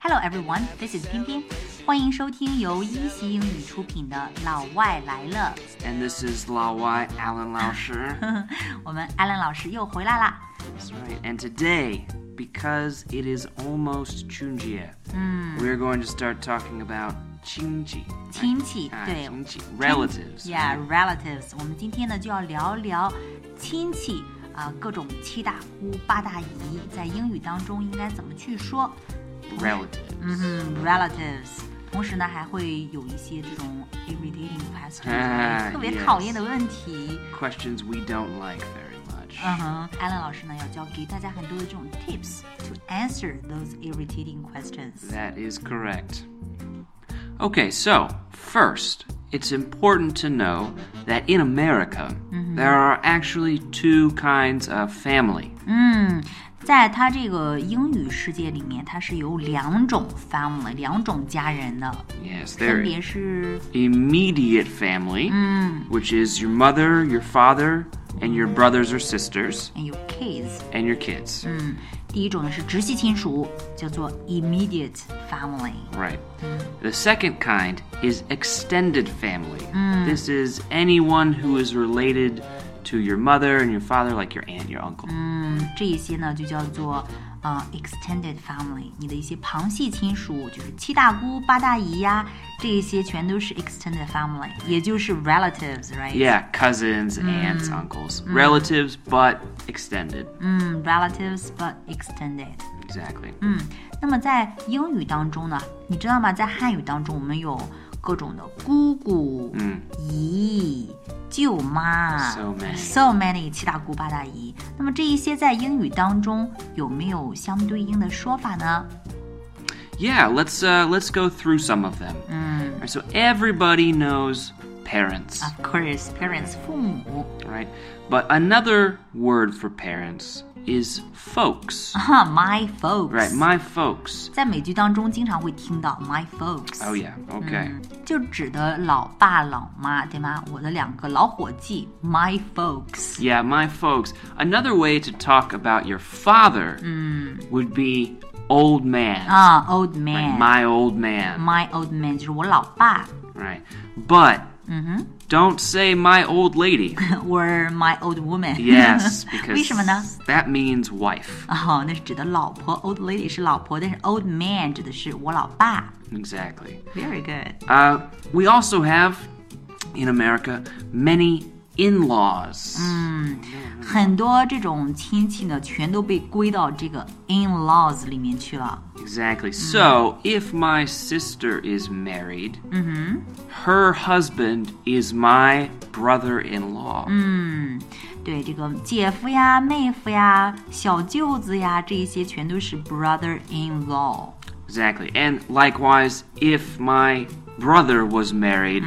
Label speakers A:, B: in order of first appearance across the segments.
A: Hello everyone, this is 偏偏，欢迎收听由一席英语出品的《老外来了，
B: And this is Lao Wai Alan Lao Shi.》
A: 我们 Alan 老师又回来啦。
B: That's right. And today, because it is almost Chunjie, we're going to start talking about Qingji.
A: 亲戚，
B: 啊
A: 对，
B: 亲戚，relatives，
A: yeah relatives。我们今天呢就要聊聊亲戚啊、各种七大姑八大姨在英语当中应该怎么去说。
B: Relatives.
A: 嗯哼，relatives。同时呢，还会有一些这种 irritating questions，
B: 啊
A: 特别
B: yes
A: 讨厌的问题。
B: Questions we don't like very much.
A: 嗯哼，艾伦老师呢要教给大家很多的这种 tips to answer those irritating questions。
B: That is correct. Okay, so first, it's important to know that in America, there are actually two kinds of family.
A: 嗯，在他这个英语世界里面，它是有两种 family，两种家人的，
B: Yes,
A: 分
B: there
A: 别是
B: immediate family, which is your mother, your father, and your brothers or sisters,
A: and your kids。
B: and your kids.
A: 嗯，哎第一种呢是直系亲属，叫做 immediate family。
B: Right. The second kind is extended family. This is anyone who is related to your mother and your father, like your aunt, your uncle.
A: 嗯，这一些呢就叫做呃 extended family，你的一些旁系亲属，就是七大姑八大姨呀、这一些全都是 extended family，也就是 relatives，right？
B: Yeah, cousins, aunts, uncles, relatives, but extended.
A: 嗯，relatives but extended。
B: Exactly.
A: 嗯，那么在英语当中呢，你知道吗？在汉语当中，我们有各种的姑姑、
B: 嗯
A: 姨、舅妈
B: So many
A: so many 七大姑八大姨。那么这一些在英语当中有没有相对应的说法呢？
B: Yeah, let's uh, let's go through some of them. All right, so everybody knows parents.
A: Of course, parents 父母
B: right? But another word for parents is folks,
A: 啊，my folks。
B: right? My folks.
A: 在美剧当中经常会听到 my folks。
B: Oh yeah, okay.
A: 就指的老爸老妈，对吗？我的两个老伙计，my folks。
B: Yeah, my folks. Another way to talk about your father would be old man.
A: 啊、o l d
B: Like
A: Mm. Ah, man。
B: my old man,
A: My old man 就是我老爸
B: right? But
A: Mm-hmm.
B: don't say my old lady.
A: ，or my old woman。
B: Yes,
A: 为什么呢？
B: because that means wife.
A: 哦，那是指的老婆，old lady 是老婆，但是 old man 指的是我老爸。
B: Exactly.
A: Very good。
B: Uh, we also have in America many in-laws.
A: Mm.
B: Mm.
A: 很多这种亲戚呢，全都被归到这个 in laws 里面去了。
B: Exactly. So, if my sister is married, her husband is my brother in law.
A: 对，这个姐夫呀、妹夫呀、小舅子呀，这一些全都是 brother in law。
B: Exactly. And likewise, if my brother was married,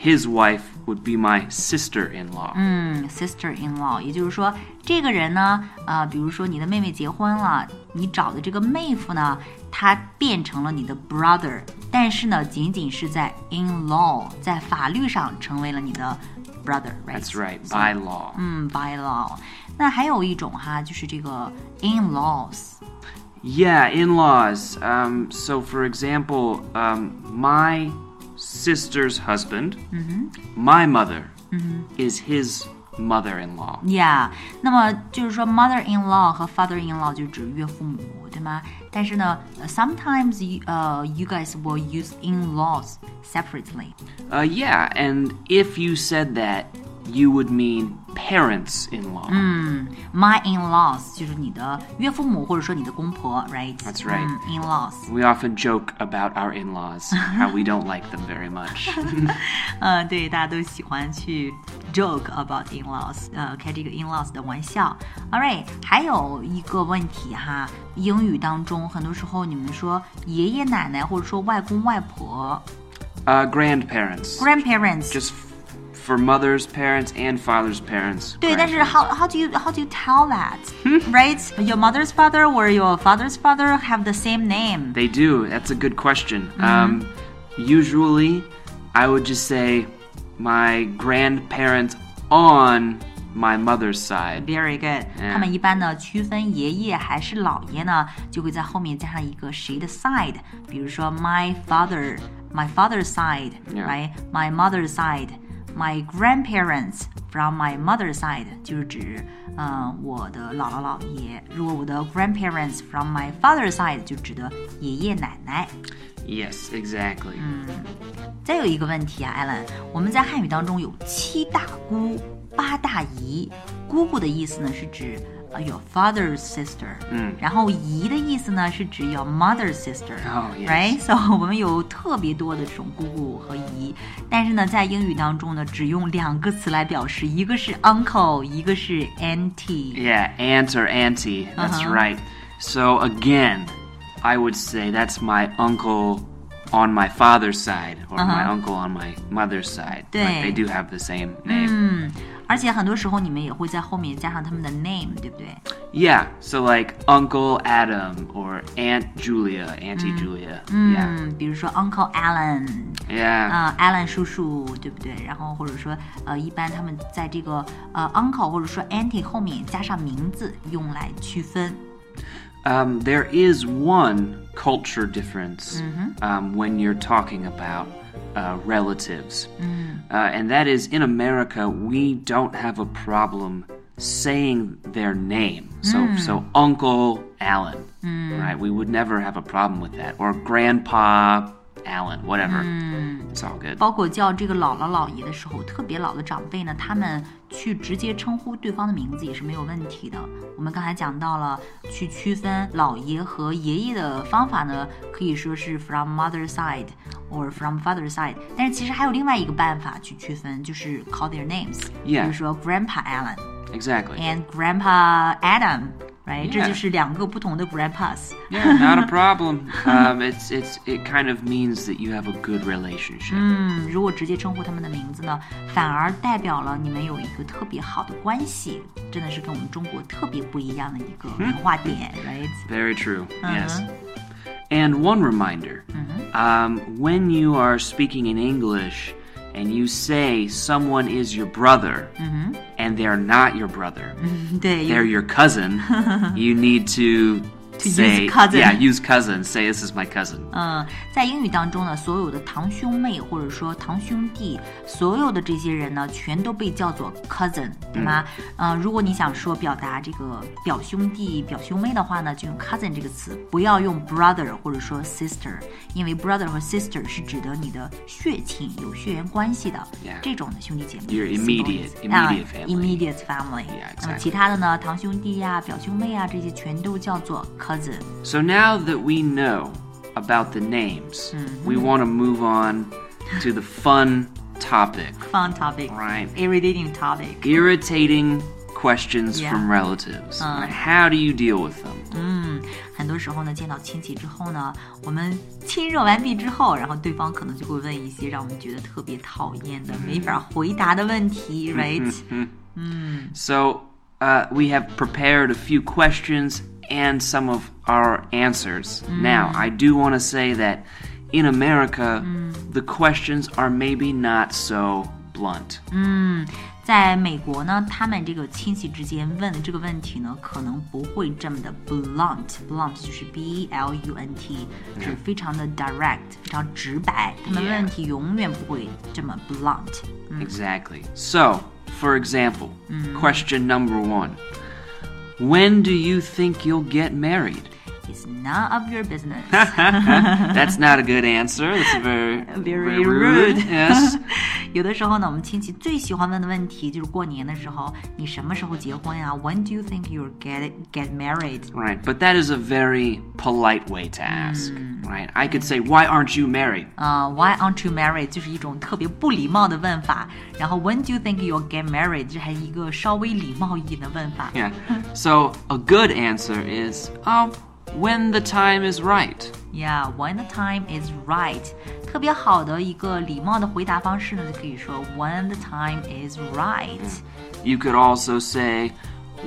B: his wife would be my sister in law.
A: 嗯，sister in law，也就是说，这个人呢，呃，比如说你的妹妹结婚了，你找的这个妹夫呢，他变成了你的 brother，但是呢，仅仅是在 in law，在法律上成为了你的 brother，right？
B: That's right, by law.
A: 嗯，by law。那还有一种哈，就是这个 in laws。
B: Yeah, in laws. Um, so, for example, um, my sister's husband, my mother, is his mother in law.
A: Yeah，那么就是说，mother in law 和 father in law 就指岳父母，对吗？但是呢呃，sometimes you 呃、y o u guys will use in laws separately。
B: Uh, yeah, and if you said that, you would mean parents in law.
A: My in laws 就是你的岳父母或者说你的公婆，right？
B: That's right.
A: 嗯 in laws，
B: We often joke about our in laws, how we don't like them very much.
A: 呃，对，大家都喜欢去 joke about in laws，呃，开这个 in laws 的玩笑。All right，还有一个问题哈，英语当中很多时候你们说爷爷奶奶或者说外公外婆
B: Uh, grandparents.
A: grandparents。
B: Just f- for mother's parents and father's parents.
A: 对，但是
B: grandparents.
A: how how do you how do you tell that, right? Your mother's father or your father's father have the same name.
B: They do. That's a good question. Um, usually, I would just say my grandparents on my mother's side.
A: Very good，、
B: Yeah.
A: 他们一般呢区分爷爷还是姥爷呢，就会在后面加上一个谁的 side，比如说 my father、my father's side、
B: Yeah.
A: right？My mother's side、my grandparents from my mother's side，就是指呃我的姥姥姥爷。如果我的 grandparents from my father's side，就指的爷爷奶奶。
B: Yes, exactly.
A: 再有一个问题啊，Allen，我们在汉语当中有七大姑八大姨，姑姑的意思呢是指呃 your father's sister，嗯，然后姨的意思呢是指 your mother's
B: Oh, yes.
A: sister，right？So 我们有特别多的这种姑姑和姨，但是呢，在英语当中呢，只用两个词来表示，一个是 uncle，一个是 auntie。
B: Yeah, aunt or auntie. That's
A: Uh-huh.
B: right. So again, I would say that's my uncle on my father's side or my uncle on my mother's side. Like
A: Uh-huh. Dang.
B: they
A: Hmm.
B: do have the same name.
A: 而且很多时候你们也会在后面加上他们的 name，对不对？
B: Yeah, so like Uncle Adam or Aunt Julia, Auntie
A: Hmm.
B: Julia. Yeah.
A: 嗯，比如说 Uncle Alan，
B: Yeah.
A: 啊、a l l e n 叔叔，对不对？然后或者说，呃，一般他们在这个呃 uncle 或者说 auntie 后面加上名字，用来区分。
B: Um, there is one culture difference um, when you're talking about uh, relatives, uh, and that is in America we don't have a problem saying their name. So, so Uncle Alan, right? We would never have a problem with that, or Grandpa Alan, whatever. It's all good.
A: 包括叫这个姥姥姥爷的时候，特别老的长辈呢，他们去直接称呼对方的名字也是没有问题的。我们刚才讲到了去区分姥爷和爷爷的方法呢，可以说是 from mother side or from father side，但是其实还有另外一个办法去区分，就是 call their names，比
B: Yeah
A: 如说 Grandpa Alan。
B: Exactly.
A: and Grandpa Adam, right?
B: Yeah.
A: 这就是两个不同的 grandpas.
B: Yeah, not a problem. Um, it's it's it kind of means that you have a good relationship.
A: 嗯，如果直接称呼他们的名字呢，反而代表了你们有一个特别好的关系，真的是跟我们中国特别不一样的一个文化点，right？
B: Very true.
A: Uh-huh.
B: Yes. And one reminder:
A: Mm-hmm.
B: um, when you are speaking in English and you say someone is your brother,
A: Mm-hmm.
B: and they are not your brother,
A: 对
B: they're your cousin, you need to.
A: To
B: say,
A: use cousin. Uh.
B: Yeah, use cousin. Say this is my cousin.
A: 嗯，在英语当中呢，所有的堂兄妹或者说堂兄弟，所有的这些人呢，全都被叫做 cousin，对吗？嗯、如果你想说表达这个表兄弟、表兄妹的话呢，就用 cousin 这个词，不要用 brother 或者说 sister，因为 brother 和 sister 是指的你的血亲、有血缘关系的
B: Yeah.
A: 这种的兄弟姐妹。啊
B: Your immediate- immediate family.
A: immediate family。
B: Yeah,
A: 那么
B: exactly.
A: 其他的呢，堂兄弟呀、表兄妹啊，这些全都叫做 cousin。
B: So now that we know about the names,
A: Mm-hmm.
B: we want to move on to the fun topic.
A: Fun topic.
B: Right.
A: Irritating topic.
B: Irritating questions
A: Yeah. Uh.
B: from relatives. Like, How do you deal with them?
A: 很多时候呢，见到亲戚之后呢，我们亲热完毕之后，然后对方可能就会问一些让我们觉得特别讨厌的、没法回答的问题，right？
B: So uh, we have prepared a few questions and some of our answers.
A: Mm.
B: Now, I do want to say that in America,
A: Mm.
B: the questions are maybe not so blunt.
A: 在美国呢，他们这个亲戚之间问的这个问题呢，可能不会这么的 blunt，blunt 就是 b l u n t，是非常的 direct，非常直白，他们
B: Yeah
A: 问题永远不会这么 blunt。
B: Exactly. So, for example,
A: Mm.
B: question number one When do you think you'll get married?
A: It's none of your business 。
B: That's not a good answer. That's very,
A: Very rude.
B: Yes.
A: 有的时候呢，我们亲戚最喜欢问的问题就是过年的时候，你什么时候结婚呀？When do you think you'll get get married？
B: Right, but that is a very polite way to ask.
A: Mm.
B: Right, I could say, "Why aren't you married?"
A: 啊、w h y aren't you married？就是一种特别不礼貌的问法。然后 When do you think you'll get married？这还一个稍微礼貌一点的问法。
B: Yeah. so a good answer is, "Um, when the time is right."
A: Yeah，when the time is right。特别好的一个礼貌的回答方式呢，就可以说 When the time is right。
B: You could also say,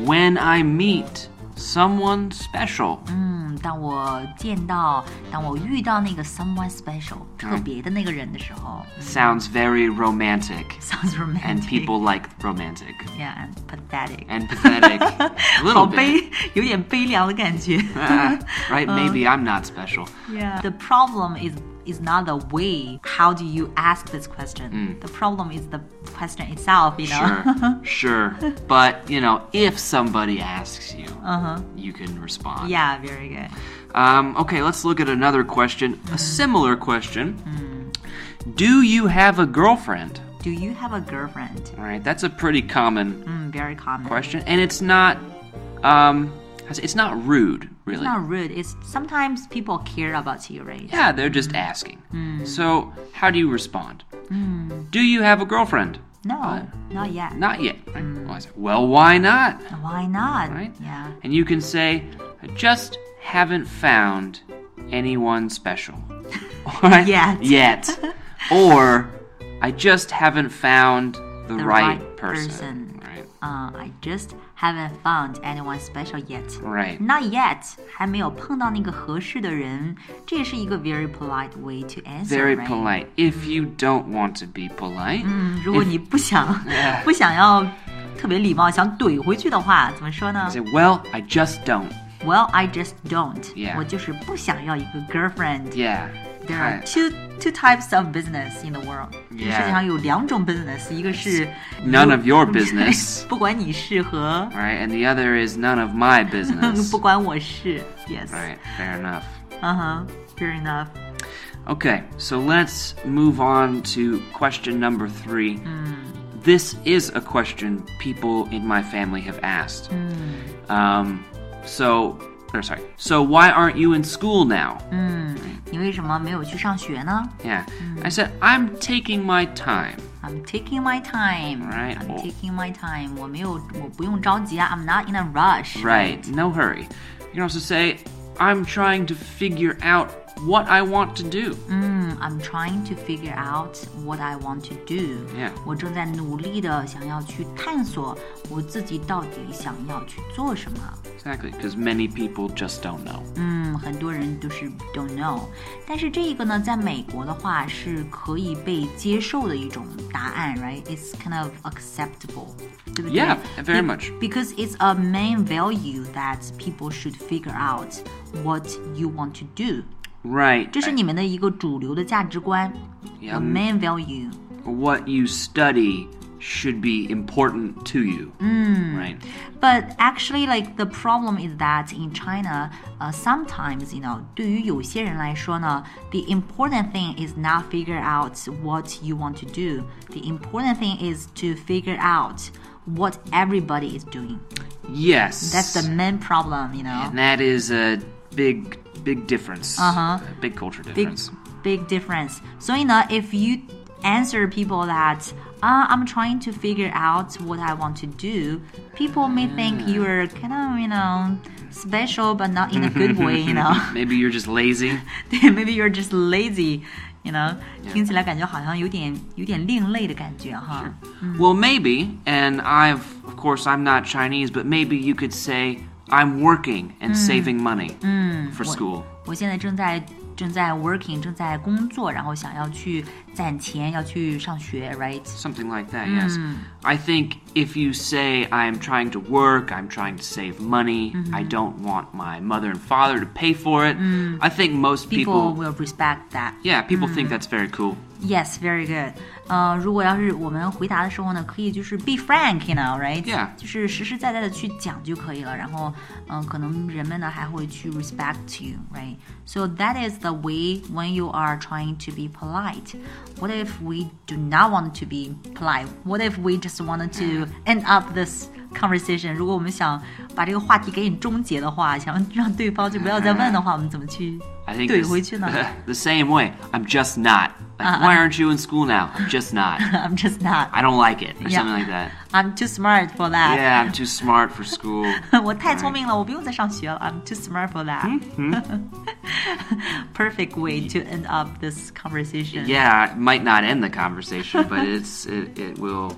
B: "When I meet someone special.
A: 嗯，当我见到，当我遇到那个 someone special 特别的那个人的时候嗯
B: Sounds very romantic.
A: ，sounds romantic
B: And people like romantic.
A: yeah and pathetic，
B: And pathetic. A
A: 好
B: little bit. Ah,
A: 悲，有点悲凉的感觉。
B: right? Maybe I'm not special.
A: Yeah. The problem is is not the way how do you ask this question. The problem is the question itself, you know.
B: Mm. Sure, sure. But, you know, if somebody asks you,
A: Uh.
B: you can respond.
A: Uh-huh. yeah, very good.
B: Um, okay, let's look at another question,
A: Mm-hmm.
B: a similar question.
A: Mm.
B: Do you have a girlfriend?
A: Do you have a girlfriend?
B: All right, that's a pretty common
A: Mm, very common.
B: question, and it's not, um, it's not rude, really.
A: It's not rude. It's sometimes people care about you, right?
B: Yeah, they're just
A: Mm.
B: asking. So, how do you respond?
A: Mm.
B: Do you have a girlfriend?
A: No,
B: Uh,
A: not yet.
B: Not yet. Right?
A: Mm.
B: Well, I say, well, why not?
A: Why not?
B: Right?
A: Yeah.
B: And you can say, I just haven't found anyone special. All right?
A: Yet.
B: Yet. or, I just haven't found the, right,
A: right
B: person.
A: person.
B: Right.
A: Uh, I just haven't found anyone special yet.
B: Right.
A: Not yet，还没有碰到那个合适的人，这也是一个 very polite way to answer.
B: Very
A: right? Mm.
B: polite. If you don't want to be polite,
A: 嗯，如果你不 想不想要特别礼貌，想怼回去的话，怎么说呢
B: say, well, I just don't.
A: ？Well, I just don't.
B: Yeah.
A: 我就是不想要一个 girlfriend.
B: Yeah.
A: There
B: I-
A: are two two types of business in the world. 这个世界上有两种 business，一个是
B: None of your business.
A: 不管你是 和
B: All right, and the other is none of my business.
A: 不管我是。Yes.
B: All right, fair enough.
A: Uh huh. Fair enough.
B: Okay, so let's move on to question number three. This is a question people in my family have asked. Um, so, or sorry, so why aren't you in school now?
A: 你为什么没有去上学呢
B: Yeah, I said, I'm taking my time.
A: ？I'm taking my time.
B: Right.
A: I'm
B: 我
A: taking my time. 我没有，我不用着急啊。I'm not in a rush.
B: Right, no hurry. You can also say, I'm trying to figure out what I want to do.
A: Mm, I'm trying to figure out what I want to do.
B: Yeah.
A: 我正在努力的想要去探索我自己到底想要去做什么。
B: Exactly, because many people just don't know.
A: 嗯，很多人都是 don't know，但是这个呢，在美国的话是可以被接受的一种答案，right？It's kind of acceptable，对不对
B: Yeah, very
A: Be-
B: much.
A: Because it's a main value that people should figure out what you want to do，
B: Right.
A: 这是你们的一个主流的价值观
B: Yeah,
A: a main value。
B: what you study should be important to you.
A: Mm.
B: Right.
A: But actually, like the problem is that in China, uh, sometimes you know, 对于有些人来说呢，the important thing is not figure out what you want to do. The important thing is to figure out what everybody is doing.
B: Yes.
A: That's the main problem, you know.
B: And that is a big, big difference.
A: Uh-huh.
B: A big culture
A: Big,
B: difference.
A: big difference. 所以呢，if you answer people that uh, I'm trying to figure out what I want to do, people may think you're kind of you know special, but not in a good way, you know.
B: Maybe you're just lazy.
A: 对，maybe you're just lazy. You know，、听起来感觉好像有点有点另类的感觉哈。
B: Well, maybe, and I've, of course, I'm not Chinese, but maybe you could say, I'm working
A: Mm.
B: and saving money for school.
A: 我现在正在正在 working，正在工作，然后想要去攒钱，要去上学，right？
B: Something like that, yes.
A: Hmm.
B: I think if you say, I'm trying to work, I'm trying to save money,
A: Mm-hmm.
B: I don't want my mother and father to pay for it, I think most
A: Mm. People Mm.
B: people,
A: will respect that.
B: yeah, people think that's very cool.
A: Yes, very good. 呃，如果要是我们回答的时候呢，可以就是 be frank，you know，right？、
B: Yeah.
A: 就是实实在在的去讲就可以了。然后，嗯、可能人们呢还会去 respect you，right？So that is the way when you are trying to be polite. What if we do not want to be polite? What if we just wanted to end up this conversation? 如果我们想把这个话题给你终结的话，想让对方就不要再问的话，我们怎么去
B: I think
A: 怼
B: this-
A: 回去呢
B: the same way. I'm just not. Like,
A: Uh-uh.
B: why aren't you in school now? I'm just not.
A: ？I'm just not.
B: I don't like it, or
A: Yeah.
B: something like that.
A: I'm too smart for that.
B: Yeah, I'm too smart for school.
A: 我太聪明了，我不用再上学了。I'm too smart for that. Perfect way to end up this conversation.
B: Yeah, it might not end the conversation, but it's it, it will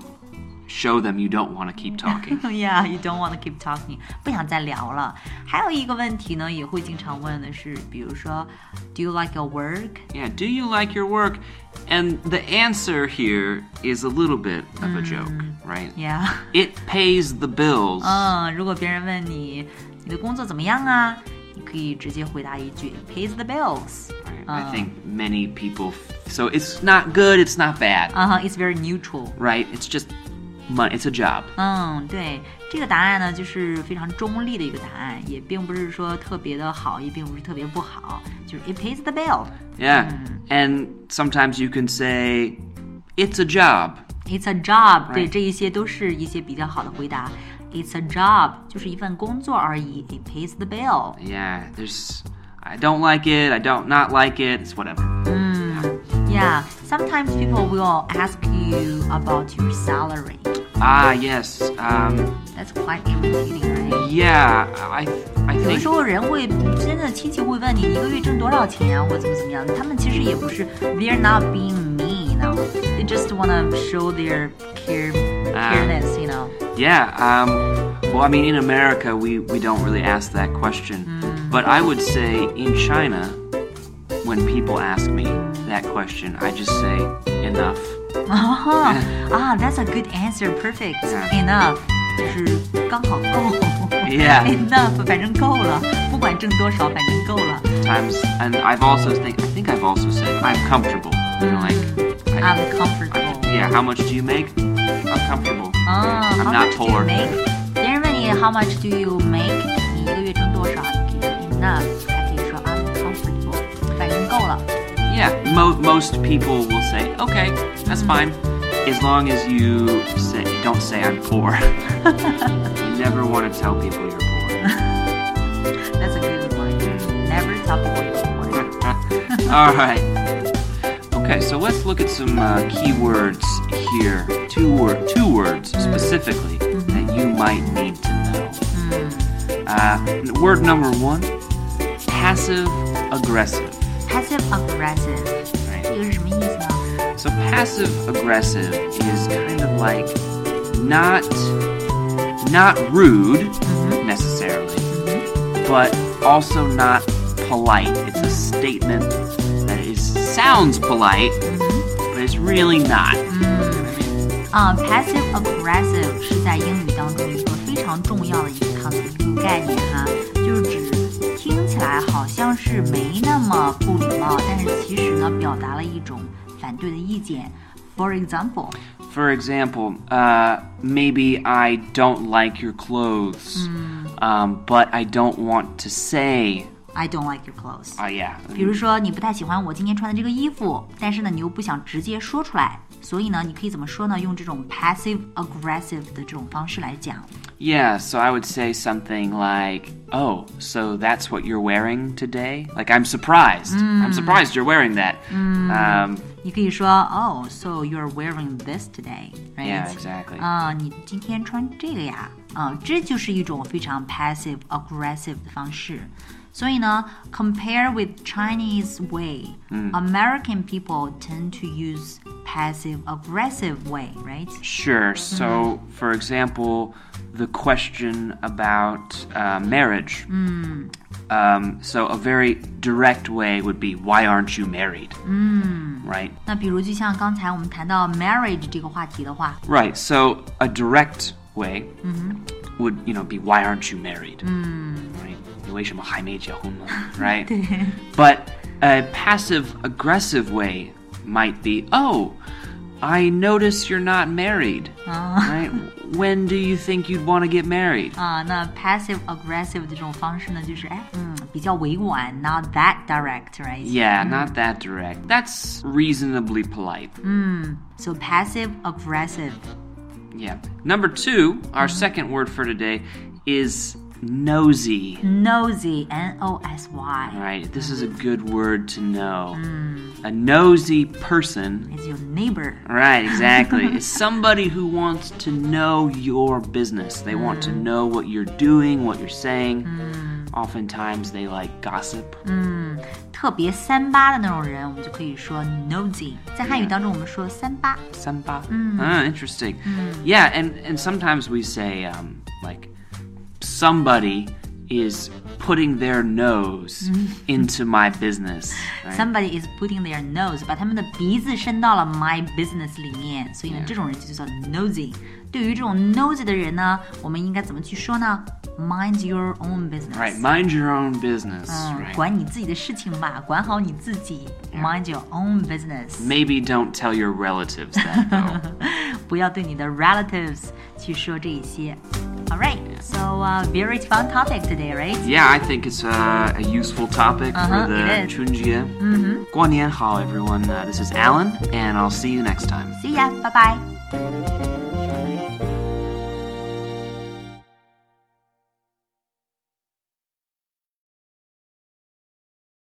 B: show them you don't want to keep talking.
A: Yeah, you don't want to keep talking，不想再聊了。还有一个问题呢，也会经常问的是，比如说，Do you like your work？
B: yeah, do you like your work? And the answer here is a little bit of a joke, right?
A: Yeah， Oh.
B: It pays the bills.
A: 嗯，如果别人问你你的工作怎么样啊，你可以直接回答一句 Pays the bills。
B: right? I think many people. F- so it's not good, it's not bad,
A: 啊哈、i t s Uh-huh, very neutral。
B: right? It's just money, it's a job.
A: 嗯，对，这个答案呢，就是非常中立的一个答案，也并不是说特别的好，也并不是特别不好，就是 it pays the bill。
B: Yeah. And sometimes you can say, it's a job.
A: It's a job，、对，
B: Right.
A: 这一些都是一些比较好的回答。It's a job，就是一份工作而已。It pays the bill。
B: Yeah, there's. I don't like it, I don't not like it, it's whatever.
A: Yeah, sometimes people will ask you about your salary.
B: Ah, yes. Um,
A: That's quite irritating, right?
B: yeah, I, I
A: 有的
B: think.
A: 时候人会真的亲戚会问你一个月挣多少钱啊，或怎么怎么样，他们其实也不是，they're not being mean, you know, they just wanna show their care careness, you know.
B: Yeah. Um, well, I mean, in America, we, we don't really ask that question.
A: Mm.
B: But I would say in China, when people ask me that question, I just say enough.
A: 啊啊，that's a good answer, perfect, enough，就是刚好够
B: Yeah.
A: ，enough，反正够了，不管挣多少，反正够了。
B: Times, and I've also think I think I've also said I'm comfortable. You know, like I,
A: I'm comfortable.
B: yeah. How much do you make? I'm comfortable.
A: 啊
B: I'm
A: ，How
B: not
A: much do you
B: poor.
A: make？别人问你 How much do you make？你一个月挣多少？你可以说 Enough，还可以说啊 I'm comfortable，反正够了。
B: Yeah. Mo- most people will say okay, that's
A: Mm-hmm.
B: fine, as long as you say don't say I'm poor. you never want to tell people you're poor.
A: That's a good one. Never talk about your work.
B: All right. Okay, so let's look at some uh, keywords here. Two word, two words specifically that you might need to know. Uh, n- word number one: passive aggressive.
A: Passive aggressive，
B: Right?
A: 这个是什么意思呢？
B: So passive aggressive is kind of like not not rude necessarily, but also not polite. It's a statement that is sounds polite, but it's really not.
A: 啊、p a s s i v e aggressive 是在英语当中一个非常重要的一个 concept 一个概念哈，就是指听起来好像是没那么不礼貌，但是其实呢，表达了一种反对的意见。For example，
B: For example, uh, maybe I don't like your clothes, um, but I don't want to say.
A: I don't like your clothes。
B: Oh yeah.
A: 比如说，你不太喜欢我今天穿的这个衣服，但是呢，你又不想直接说出来，所以呢，你可以怎么说呢？用这种 passive aggressive 的这种方式来讲。
B: Yeah, so I would say something like, "Oh, so that's what you're wearing today?" Like I'm surprised. I'm surprised you're wearing that. Um,
A: 你可以说，Oh, so you're wearing this today, right? Um,
B: Yeah, exactly.
A: 啊、你今天穿这个呀？啊、这就是一种非常 passive aggressive 的方式。所以呢，compare with Chinese way,、American
B: Mm.
A: people tend to use passive aggressive way, right?
B: Sure. So, for example, the question about uh, marriage. Um, so, a very direct way would be, why aren't you married? Right?
A: 那比如，就像刚才我们谈到 marriage 这个话题的话，
B: Right. So, a direct way would, you know, be, why aren't you married? Right? 你为什么还没结婚呢？right? But a passive aggressive way might be, oh, I notice you're not married. Right? When do you think you'd want to get married?
A: 啊、那 passive aggressive 的这种方式呢，就是哎，嗯，比较委婉，not that direct，right？
B: Yeah, not that direct. That's reasonably polite.
A: So passive aggressive.
B: Yeah. Number two, our second word for today is nosy.
A: Nosy, N O S
B: All
A: Y,
B: right, this is a good word to know. A nosy person.
A: is your neighbor.
B: Right, exactly. It's somebody who wants to know your business. They want to know what you're doing, what you're saying. Oftentimes they like gossip.
A: 特别三八的那种人，我们就可以说 nosy。在汉语当中，我们说三八。
B: Samba. Ah, interesting. Yeah, and, and sometimes we say, um, like, somebody is putting their nose into my business. right?
A: Somebody is putting their nose，把他们的鼻子伸到了 my business 里面，所以呢
B: Yeah.
A: 这种人就叫 nosy。对于这种 nosy 的人呢，我们应该怎么去说呢？Mind your own business。
B: Right, mind your own business.
A: 嗯，
B: right.
A: 管你自己的事情吧，管好你自己。Mind your own business，
B: Maybe don't tell your relatives that, though.
A: 不要对你的 relatives 去说这一些。All right, so uh, very fun topic today, right?
B: yeah, I think it's uh, a, a useful topic
A: Uh-huh,
B: for
A: it
B: the
A: is.
B: Chunjie. Mm-hmm. Guanyan Hao, everyone. Uh, this is Alan, and I'll see you next time.
A: See ya, bye bye.